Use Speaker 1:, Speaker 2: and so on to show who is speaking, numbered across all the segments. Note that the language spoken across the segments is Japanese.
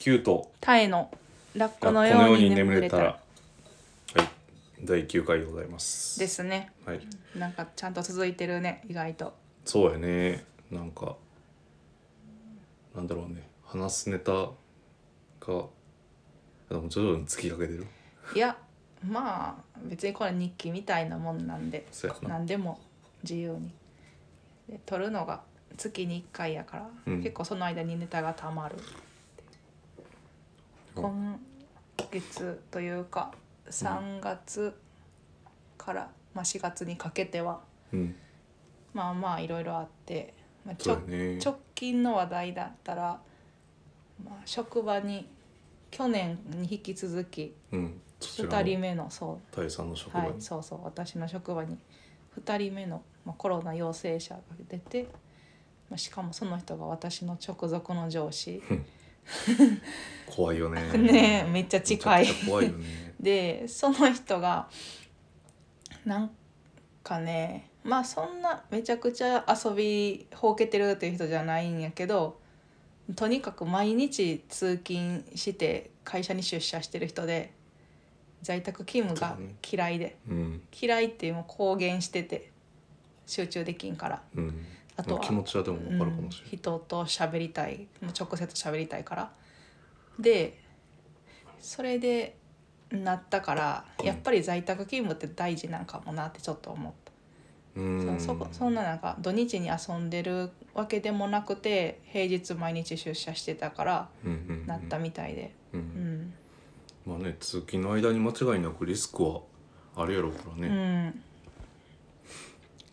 Speaker 1: 9と
Speaker 2: タエのラッ
Speaker 1: こ
Speaker 2: コ
Speaker 1: の
Speaker 2: の
Speaker 1: よ
Speaker 2: よ
Speaker 1: う
Speaker 2: う
Speaker 1: に
Speaker 2: に
Speaker 1: 眠
Speaker 2: 眠
Speaker 1: れ
Speaker 2: れ
Speaker 1: た
Speaker 2: た
Speaker 1: ら
Speaker 2: ら
Speaker 1: はい第9回でございます
Speaker 2: ですね
Speaker 1: はい
Speaker 2: なんかちゃんと続いてるね意外と
Speaker 1: そうやねなんかなんだろうね話すネタがでも徐々につきかけてる
Speaker 2: いやまあ別にこれ日記みたいなもんなんで
Speaker 1: そうやな
Speaker 2: 何でも自由にで撮るのが月に1回やから、
Speaker 1: うん
Speaker 2: 結構その間にネタがたまる、
Speaker 1: うん
Speaker 2: 今月というか3月から、まあ、4月にかけては
Speaker 1: うん
Speaker 2: まあまあいろいろあって、まあ、ち
Speaker 1: そう
Speaker 2: ょ
Speaker 1: やね
Speaker 2: 直近の話題だったら、まあ、職場に去年に引き続き
Speaker 1: うんそちら
Speaker 2: 2人
Speaker 1: の
Speaker 2: 目のそう
Speaker 1: タイさんの職場
Speaker 2: は
Speaker 1: に、
Speaker 2: い、そうそう私の職場に2人目の、まあ、コロナ陽性者が出て、まあ、しかもその人が私の直属の上司
Speaker 1: 怖いよね
Speaker 2: ねえめっちゃ近
Speaker 1: め
Speaker 2: い
Speaker 1: ちゃくちゃ怖いよね
Speaker 2: でその人がなんかねまあそんなめちゃくちゃ遊びほうけてるっていう人じゃないんやけどとにかく毎日通勤して会社に出社してる人で在宅勤務が嫌いで。
Speaker 1: うん
Speaker 2: 嫌いってもう公言してて集中できんから
Speaker 1: うん
Speaker 2: あとは
Speaker 1: 気持ちはでも分かるかもし
Speaker 2: うん
Speaker 1: れ
Speaker 2: 人と喋りたいもう直接喋りたいからでそれでなったからやっぱり在宅勤務って大事なんかもなってちょっと思った、
Speaker 1: ない、うん、
Speaker 2: そそこそんななんか土日に遊んでるわけでもなくて平日毎日出社してたから
Speaker 1: うんうんうん
Speaker 2: なったみたいで、
Speaker 1: う
Speaker 2: うんん
Speaker 1: まあね通勤の間に間違いなくリスクはあるやろうから
Speaker 2: う
Speaker 1: ね、
Speaker 2: ん、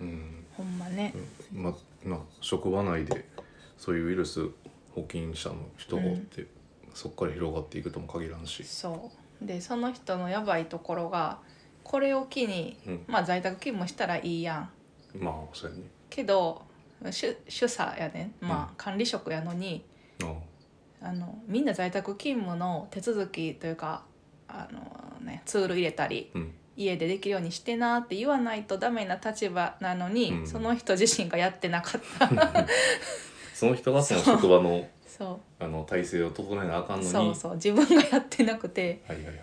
Speaker 1: うん
Speaker 2: ほんまね、
Speaker 1: まあな職場内でそういうウイルス保菌者の人がおって、そこから広がっていくとも限らんし、
Speaker 2: そうでその人のやばいところがこれを機に、
Speaker 1: うん
Speaker 2: まあ在宅勤務したらいいやん
Speaker 1: まあそうやね
Speaker 2: けど主主査やねんまあ、
Speaker 1: うん
Speaker 2: 管理職やのに
Speaker 1: ああ
Speaker 2: あのみんな在宅勤務の手続きというかあの、ね、ツール入れたり
Speaker 1: うん
Speaker 2: 家でできるようにしてなって言わないとダメな立場なのに、
Speaker 1: うん
Speaker 2: その人自身がやってなかった
Speaker 1: その人がその職場の
Speaker 2: そ
Speaker 1: あの体制を整えなあかんの
Speaker 2: う
Speaker 1: に
Speaker 2: そうそう自分がやってなくて
Speaker 1: はいはいはい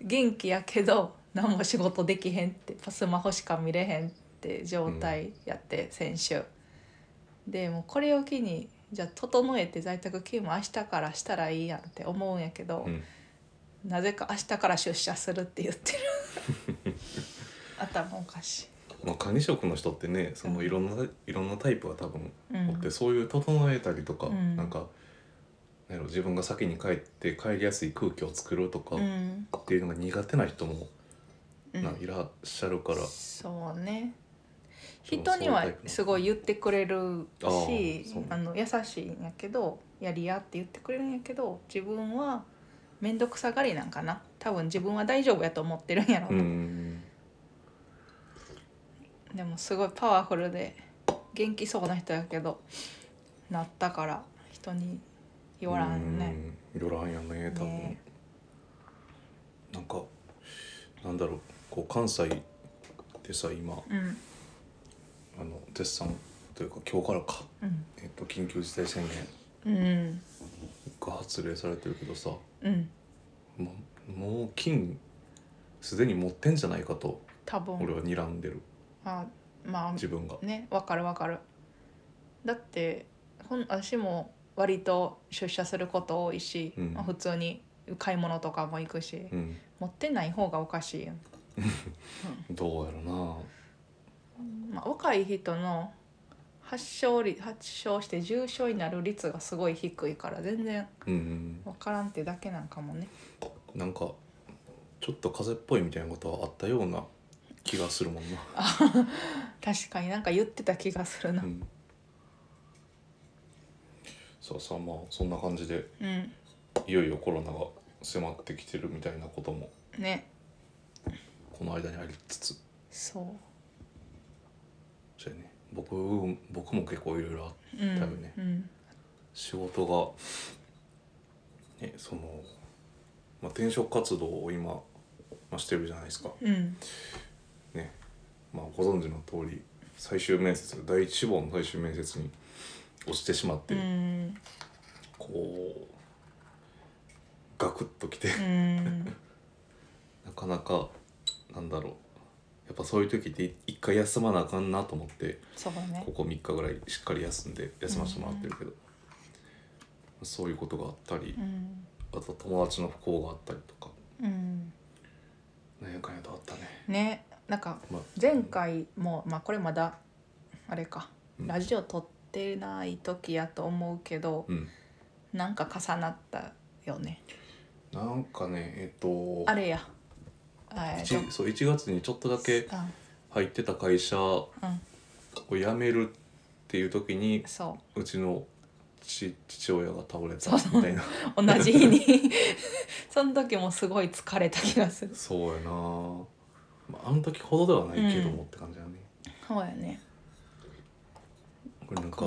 Speaker 2: 元気やけど何も仕事できへんってスマホしか見れへんって状態やって、先週でもうこれを機にじゃあ整えて在宅勤務明日からしたらいいやんって思うんやけど、
Speaker 1: うん
Speaker 2: なぜか明日から出社するって言ってる 頭おかしい、
Speaker 1: まあ、管理職の人ってねその
Speaker 2: うん
Speaker 1: いろんな、いろんなタイプが多分
Speaker 2: う
Speaker 1: おっ
Speaker 2: ん
Speaker 1: て、、そういう整えたりとか、
Speaker 2: うん
Speaker 1: なんかなんやろ自分が先に帰って帰りやすい空気を作るとか
Speaker 2: うん
Speaker 1: っていうのが苦手な人も、
Speaker 2: うん
Speaker 1: な、いらっしゃるから、
Speaker 2: そうね
Speaker 1: そう
Speaker 2: 人に
Speaker 1: そ
Speaker 2: は
Speaker 1: ういうタイプな
Speaker 2: すごい言ってくれる
Speaker 1: あー
Speaker 2: し
Speaker 1: そう
Speaker 2: あの優しいんやけどやりやって言ってくれるんやけど自分は面倒くさがりなんかな多分自分は大丈夫やと思ってるんやろ
Speaker 1: う
Speaker 2: な、
Speaker 1: ん
Speaker 2: でもすごいパワフルで元気そうな人やけどなったから人に言わらんね。
Speaker 1: うんよらんやね多分
Speaker 2: ね
Speaker 1: なんかなんだろうこう関西でさ今
Speaker 2: うん
Speaker 1: あの絶賛というか今日からか、
Speaker 2: うん
Speaker 1: えっと、緊急事態宣言
Speaker 2: うん
Speaker 1: が発令されてるけどさ
Speaker 2: うん
Speaker 1: もうもう金すでに持ってんじゃないかと
Speaker 2: 多
Speaker 1: 俺
Speaker 2: 分
Speaker 1: は睨んでる、
Speaker 2: あまあ
Speaker 1: 自分が。
Speaker 2: ねわかるわかるだってほん私も割と出社すること多いし、
Speaker 1: うん
Speaker 2: まあ普通に買い物とかも行くし、
Speaker 1: うん、
Speaker 2: 持ってない方がおかしいやん、
Speaker 1: どうやろな
Speaker 2: まあ、若い人の発症率発症して重症になる率がすごい低いから全然
Speaker 1: うん
Speaker 2: わからんってだけなんかもね
Speaker 1: なんかちょっと風邪っぽいみたいなことはあったような気がするもんな、
Speaker 2: 確かになんか言ってた気がするな
Speaker 1: うん、さあさあまあそんな感じで
Speaker 2: うん、
Speaker 1: いよいよコロナが迫ってきてるみたいなことも
Speaker 2: ね
Speaker 1: この間にありつつ
Speaker 2: そ
Speaker 1: そうやね僕僕も結構いろいろあ
Speaker 2: ううん
Speaker 1: 多分ね
Speaker 2: うん
Speaker 1: 仕事が、ね、その、まあ、転職活動を今、まあ、してるじゃないですか、
Speaker 2: うん
Speaker 1: ねまあ、ご存知の通り最終面接第一志望の最終面接に落ちてしまって、
Speaker 2: うん
Speaker 1: こクッときて
Speaker 2: うん
Speaker 1: なかなかなんだろうやっぱそういう時って一回休まなあかんなと思って
Speaker 2: そうだね
Speaker 1: ここ3日ぐらいしっかり休んで休ませてもらってるけど、そういうことがあったり
Speaker 2: うん
Speaker 1: あと友達の不幸があったりとか
Speaker 2: うん
Speaker 1: 何やかんやとあったね、
Speaker 2: ねなんか
Speaker 1: まあ、
Speaker 2: 前回もまあこれまだあれか
Speaker 1: うん
Speaker 2: ラジオ撮ってない時やと思うけど
Speaker 1: うん
Speaker 2: なんか重なったよね
Speaker 1: なんかねえっと
Speaker 2: あれやあえっと
Speaker 1: 1そう1月にちょっとだけ入ってた会社を
Speaker 2: うんうん
Speaker 1: 辞めるっていう時に
Speaker 2: そう
Speaker 1: ちの父父親が倒れたみたいな
Speaker 2: う同じ日 にその時もすごい疲れた気がする
Speaker 1: そうやな、まあ、あの時ほどではないけども
Speaker 2: うん
Speaker 1: って感じだね、
Speaker 2: そうやね
Speaker 1: これなんか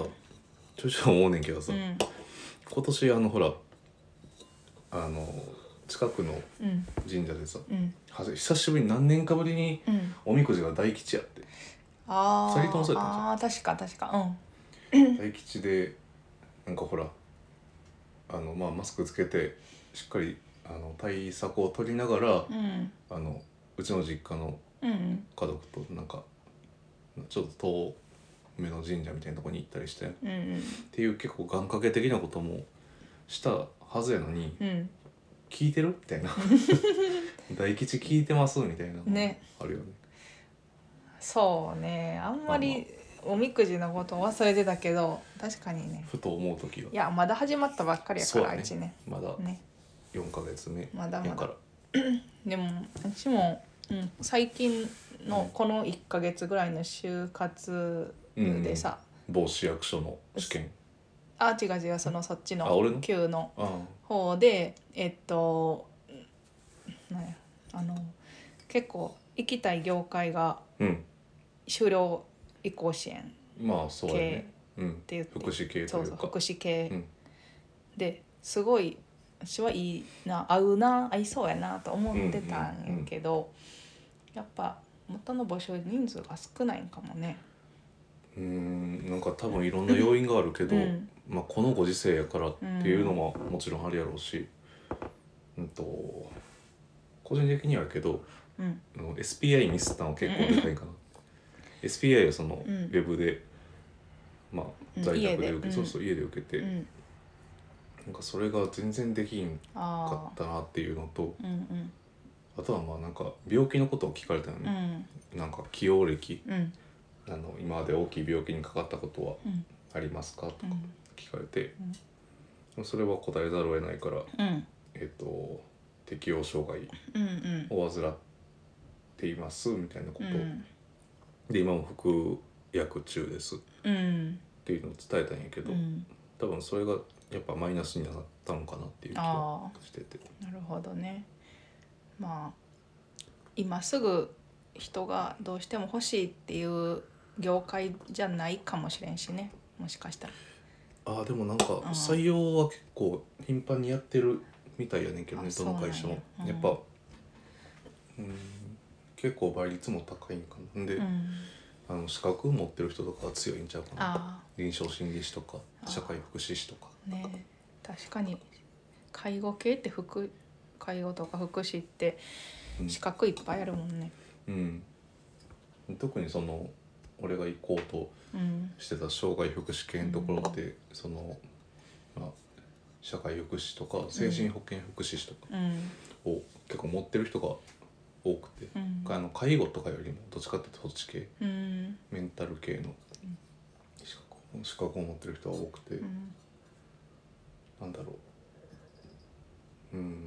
Speaker 1: ちょいちょい思うねんけど
Speaker 2: う
Speaker 1: さ、
Speaker 2: ん
Speaker 1: 今年あのほらあの近くの
Speaker 2: うん
Speaker 1: 神社でさ
Speaker 2: うん
Speaker 1: はじ久しぶりに何年かぶりに
Speaker 2: うん
Speaker 1: おみくじが大吉やって
Speaker 2: あー
Speaker 1: 二人ともそうやったんじゃん
Speaker 2: あー確か確かうん
Speaker 1: 大吉でなんかほらあのまあマスクつけてしっかりあの対策を取りながら
Speaker 2: うん
Speaker 1: あのうちの実家の
Speaker 2: うん
Speaker 1: 家族となんかちょっと遠めの神社みたいなとこに行ったりしてっ
Speaker 2: うんうん
Speaker 1: ていう結構願掛け的なこともしたはずやのに
Speaker 2: うん
Speaker 1: 「聞いてる?」み たいな「大吉聞いてます」みたいなの
Speaker 2: ね
Speaker 1: あるよね。
Speaker 2: そうねあんまりおみくじのこと忘れてたけど確かにね
Speaker 1: ふと思う時はい
Speaker 2: やまだ始まったばっかりやか
Speaker 1: そう
Speaker 2: ら
Speaker 1: だね
Speaker 2: 1年
Speaker 1: まだ
Speaker 2: ね
Speaker 1: 4か月目
Speaker 2: まだまだ
Speaker 1: やから
Speaker 2: でも私も、うん、最近のこの1か月ぐらいの就活でさ、
Speaker 1: 某市役所の試験
Speaker 2: あ違う違うそのそっち
Speaker 1: あ俺の
Speaker 2: の級の
Speaker 1: あ
Speaker 2: 方でえっとなんやあの結構行きたい業界が
Speaker 1: あうん
Speaker 2: 就労移行支援
Speaker 1: まあそうや
Speaker 2: 系
Speaker 1: ね、うん
Speaker 2: っ、て言って
Speaker 1: 福祉系と
Speaker 2: そ
Speaker 1: いうう
Speaker 2: そう
Speaker 1: か
Speaker 2: 福祉系、
Speaker 1: うん
Speaker 2: ですごい私はいいな合うな合いそうやなと思ってたんやけど、やっぱ元の募集人数が少ないんかもね。
Speaker 1: うーんなんか多分いろんな要因があるけど、
Speaker 2: うん
Speaker 1: まあ、このご時世やからっていうのももちろんあるやろうし、うん、と個人的にはやけど
Speaker 2: うん
Speaker 1: あの SPI ミスったの結構でかいかな SPI をそのウ
Speaker 2: うん
Speaker 1: ェブで、まあ
Speaker 2: うん
Speaker 1: 在
Speaker 2: 家
Speaker 1: 宅
Speaker 2: で
Speaker 1: で受け、
Speaker 2: うん
Speaker 1: そうそう家で受けて、
Speaker 2: うん、
Speaker 1: なんかそれが全然できんか
Speaker 2: あ
Speaker 1: ったなっていうのと
Speaker 2: あ、うん
Speaker 1: あとはまあなんか病気のことを聞かれたよ
Speaker 2: うんう
Speaker 1: ね、
Speaker 2: ん
Speaker 1: なんか起用歴
Speaker 2: うん
Speaker 1: あの今まで大きい病気にかかったことは
Speaker 2: うん
Speaker 1: ありますかと
Speaker 2: う
Speaker 1: か
Speaker 2: ん
Speaker 1: 聞かれて、それは答えざるを得ないから、
Speaker 2: うん
Speaker 1: えっと適応障害
Speaker 2: うん
Speaker 1: を患っていますみたいなこ
Speaker 2: う
Speaker 1: と、
Speaker 2: ん
Speaker 1: で今も服薬中ですっ
Speaker 2: うん
Speaker 1: ていうのを伝えたんやけど、
Speaker 2: うん
Speaker 1: 多分それがやっぱマイナスになったのかなっていう気が
Speaker 2: あ
Speaker 1: してて
Speaker 2: あなるほどね。まあ今すぐ人がどうしても欲しいっていう業界じゃないかもしれんしねもしかしたら。
Speaker 1: ああでもなんか
Speaker 2: ん
Speaker 1: 採用は結構頻繁にやってるみたいやねんけどね
Speaker 2: あ
Speaker 1: どの会社も
Speaker 2: そうなん
Speaker 1: や
Speaker 2: やうん
Speaker 1: っぱうん結構倍率も高いんかなで、
Speaker 2: うん、
Speaker 1: あの資格持ってる人とかは強いんちゃうかな
Speaker 2: あ
Speaker 1: 臨床心理士とか
Speaker 2: あ
Speaker 1: 社会福祉士とか
Speaker 2: あね確かに介護系って福介護とか福祉って
Speaker 1: うん
Speaker 2: 資格いっぱいあるもんね。
Speaker 1: うん、特にその俺が行こうと
Speaker 2: うん
Speaker 1: してた障害福祉系のところって、その、まあ、社会福祉とか精神保健福祉士とか
Speaker 2: うん
Speaker 1: を結構持ってる人が多くて、
Speaker 2: うん
Speaker 1: あの介護とかよりもどっちかっていうとそっち系
Speaker 2: うん
Speaker 1: メンタル系の資格を資格を持ってる人が多くて、
Speaker 2: うん
Speaker 1: なんだろううん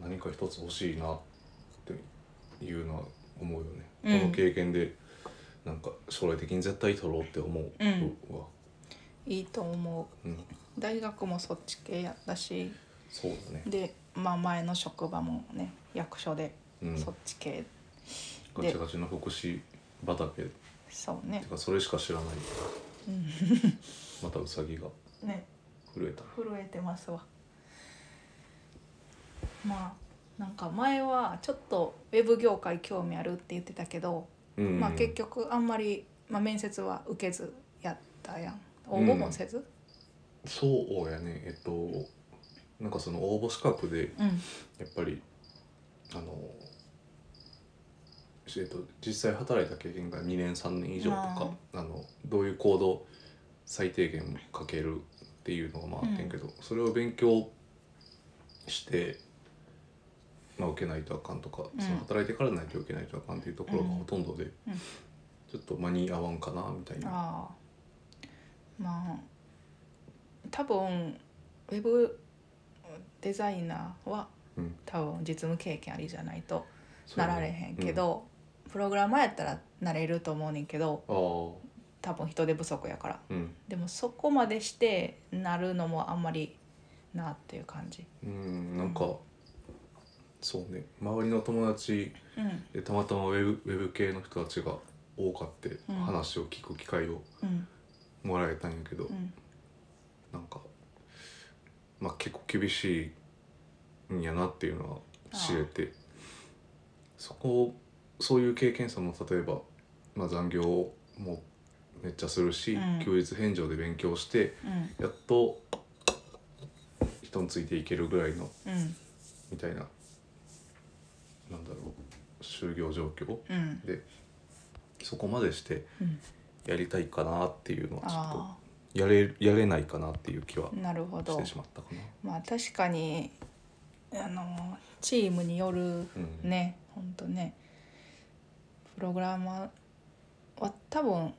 Speaker 1: な何か一つ欲しいなっていうのは思うよね、
Speaker 2: うん
Speaker 1: この経験でなんか将来的に絶対取ろうって思うわ、
Speaker 2: いいと思
Speaker 1: うん
Speaker 2: う大学もそっち系やったし
Speaker 1: そうだね、
Speaker 2: で、まあ、前の職場もね役所で
Speaker 1: うん、
Speaker 2: そ
Speaker 1: ガ
Speaker 2: っち系、
Speaker 1: チガチの福祉畑って
Speaker 2: そうね
Speaker 1: かそれしか知らないまたウサギが
Speaker 2: ね
Speaker 1: 震えた
Speaker 2: 震えてますわまあなんか前はちょっとウェブ業界興味あるって言ってたけど、
Speaker 1: うん
Speaker 2: まあ結局あんまり、まあ、面接は受けずやったやん応
Speaker 1: うん
Speaker 2: 募もせず、
Speaker 1: そうやねえっとなんかその応募資格で
Speaker 2: うん
Speaker 1: やっぱりあの、えっと、実際働いた経験が2年3年以上とか、あのどういう行動最低限かけるっていうのがまああってんけど、それを勉強して、まあ、受けないとあかんとか、
Speaker 2: うん
Speaker 1: その働いてからないと受けないとあかんっていうところがほとんどで、
Speaker 2: うん
Speaker 1: ちょっと間に合わんかなみたいな。
Speaker 2: ああまあ多分ウェブデザイナーは
Speaker 1: うん
Speaker 2: 多分実務経験ありじゃないと
Speaker 1: そう
Speaker 2: な
Speaker 1: やね
Speaker 2: られへんけ、ど、プログラマーやったらなれると思うねんけど
Speaker 1: うんあ
Speaker 2: 多分人手不足やから
Speaker 1: あうん
Speaker 2: でもそこまでしてなるのもあんまりなっていう感じ
Speaker 1: うんなんかそうね周りの友達
Speaker 2: うん
Speaker 1: でたまたまウェブウェブ系の人たちが多かって
Speaker 2: うん
Speaker 1: 話を聞く機会を
Speaker 2: うん
Speaker 1: もらえたんやけど、
Speaker 2: うん
Speaker 1: なんか、まあ、結構厳しいんやなっていうのは知れてそこをそういう経験者も例えば、まあ、残業もめっちゃするし、
Speaker 2: うん
Speaker 1: 休日返上で勉強して
Speaker 2: うん
Speaker 1: やっと人についていけるぐらいの
Speaker 2: うん
Speaker 1: みたいななんだろう就業状況
Speaker 2: うん
Speaker 1: でそこまでして
Speaker 2: うん
Speaker 1: やりたいかなっていうのはちょっと
Speaker 2: あ
Speaker 1: やれやれないかなっていう気は
Speaker 2: あなるほ
Speaker 1: し
Speaker 2: ど
Speaker 1: てしまったかな。
Speaker 2: まあ確かにあのチームによる
Speaker 1: うん
Speaker 2: ね本当ねプログラマーは多分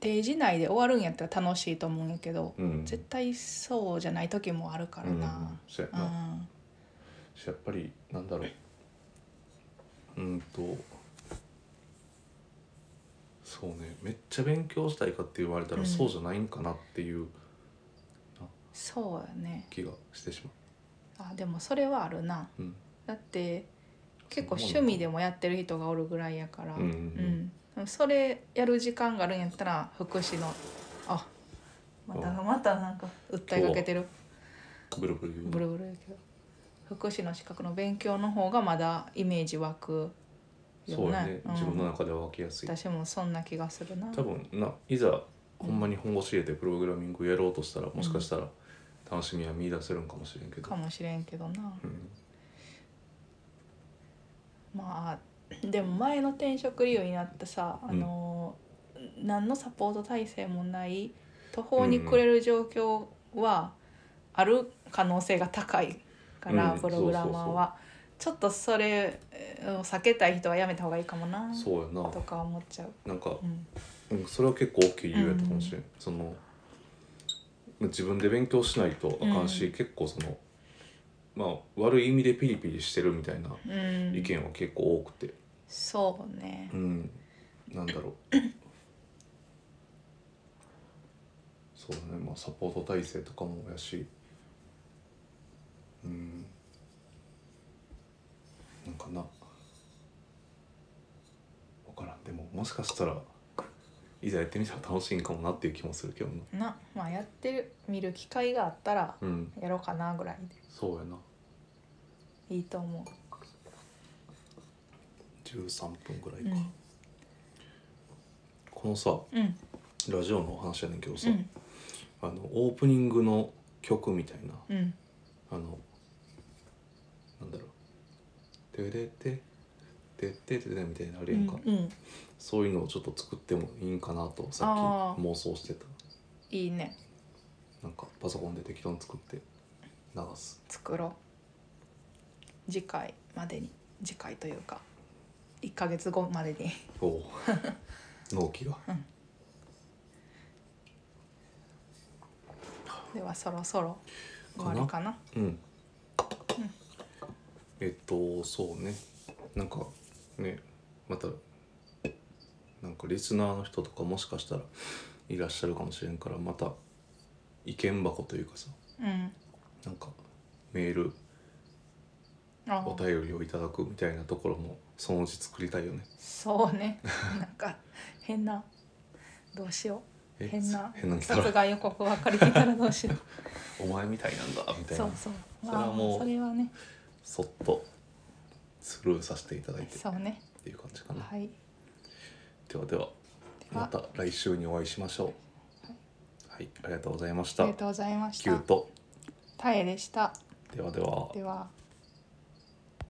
Speaker 2: 定時内で終わるんやったら楽しいと思うんやけど、
Speaker 1: うん、
Speaker 2: 絶対そうじゃない時もあるから
Speaker 1: うん
Speaker 2: な、
Speaker 1: そや
Speaker 2: う
Speaker 1: な、
Speaker 2: ん
Speaker 1: やっぱりなんだろううんとそうねめっちゃ勉強したいかって言われたら、
Speaker 2: うん
Speaker 1: そうじゃないんかなっていう
Speaker 2: そうやね
Speaker 1: 気がしてしま
Speaker 2: あでもそれはあるな
Speaker 1: う。うん
Speaker 2: だって結構
Speaker 1: そう
Speaker 2: 趣味でもやってる人がおるぐらいやから、
Speaker 1: うんうん
Speaker 2: うんそれやる時間があるんやったら福祉のあまたまたなんか訴えかけてる
Speaker 1: ブルブル言うな
Speaker 2: ブルブルやけど福祉の資格の勉強の方がまだイメージ湧くよ
Speaker 1: そうやね、
Speaker 2: うん
Speaker 1: 自分の中では湧きやすい
Speaker 2: 私もそんな気がするな
Speaker 1: 多分ないざほんまに本腰入れてプログラミングやろうとしたら、もしかしたら楽しみは見出せるんかもしれんけど
Speaker 2: かもしれんけどな
Speaker 1: うん
Speaker 2: まあでも前の転職理由になったさ、
Speaker 1: ん
Speaker 2: あの何のサポート体制もない途方に暮れる状況はある可能性が高いから、
Speaker 1: うん
Speaker 2: プログラマーはちょっとそれを避けたい人はやめた方がいいかもな
Speaker 1: そうやな
Speaker 2: とか思っちゃう。
Speaker 1: なんか
Speaker 2: う、ん
Speaker 1: うんそれは結構大きい理由やったかもしれん、その自分で勉強しないとあかんし、
Speaker 2: うん
Speaker 1: 結構そのまあ悪い意味でピリピリしてるみたいな
Speaker 2: うん
Speaker 1: 意見は結構多くて
Speaker 2: そうね
Speaker 1: うん、なんだろうそうだねまあサポート体制とかもやしうんなんかな分からんでももしかしたらいざやってみたら楽しいんかもなっていう気もするけどな
Speaker 2: なまあやってみる機会があったら
Speaker 1: うん
Speaker 2: やろうかなぐらい
Speaker 1: そうやな
Speaker 2: でいいと思。
Speaker 1: 13分ぐらいう
Speaker 2: う
Speaker 1: か、
Speaker 2: ん
Speaker 1: このさ
Speaker 2: うん
Speaker 1: ラジオの話やねんけどさ、
Speaker 2: うん
Speaker 1: あのオープニングの曲みたいな
Speaker 2: うん
Speaker 1: あのなんだろう「てれててっててて」みたいなのあれやんか、
Speaker 2: うん
Speaker 1: そういうのをちょっと作ってもいいんかなとさ
Speaker 2: あ
Speaker 1: っき
Speaker 2: ー
Speaker 1: 妄想してた
Speaker 2: いいね
Speaker 1: なんかパソコンで適当に作って流す
Speaker 2: 作ろう次回までに次回というか1ヶ月後ま でに
Speaker 1: お お納期が
Speaker 2: ではそろそろ終わりかな
Speaker 1: うん、えっとそうねなんかねまたなんかリスナーの人とかもしかしたらいらっしゃるかもしれんからまた意見箱というかさ
Speaker 2: うん
Speaker 1: なんかメール
Speaker 2: あ
Speaker 1: お便りをいただくみたいなところもそのうち作りたいよね
Speaker 2: そうねなんか変などうしよう
Speaker 1: え
Speaker 2: 変な
Speaker 1: 変なの来た
Speaker 2: 殺
Speaker 1: ら
Speaker 2: 害予告ばっかり聞いたらどうし よう
Speaker 1: お前みたいなんだみたい
Speaker 2: そ
Speaker 1: な
Speaker 2: うそう
Speaker 1: それはもう
Speaker 2: まあそれはね
Speaker 1: そっとスルーさせていただいてっ
Speaker 2: そうね
Speaker 1: ていう感じかな、
Speaker 2: はい
Speaker 1: ではでは
Speaker 2: では
Speaker 1: また来週にお会いしましょうはい、ありがとうございまし
Speaker 2: あ
Speaker 1: た
Speaker 2: りがとうございまし
Speaker 1: Q
Speaker 2: た
Speaker 1: と
Speaker 2: た
Speaker 1: タエでした
Speaker 2: ではでは。
Speaker 1: では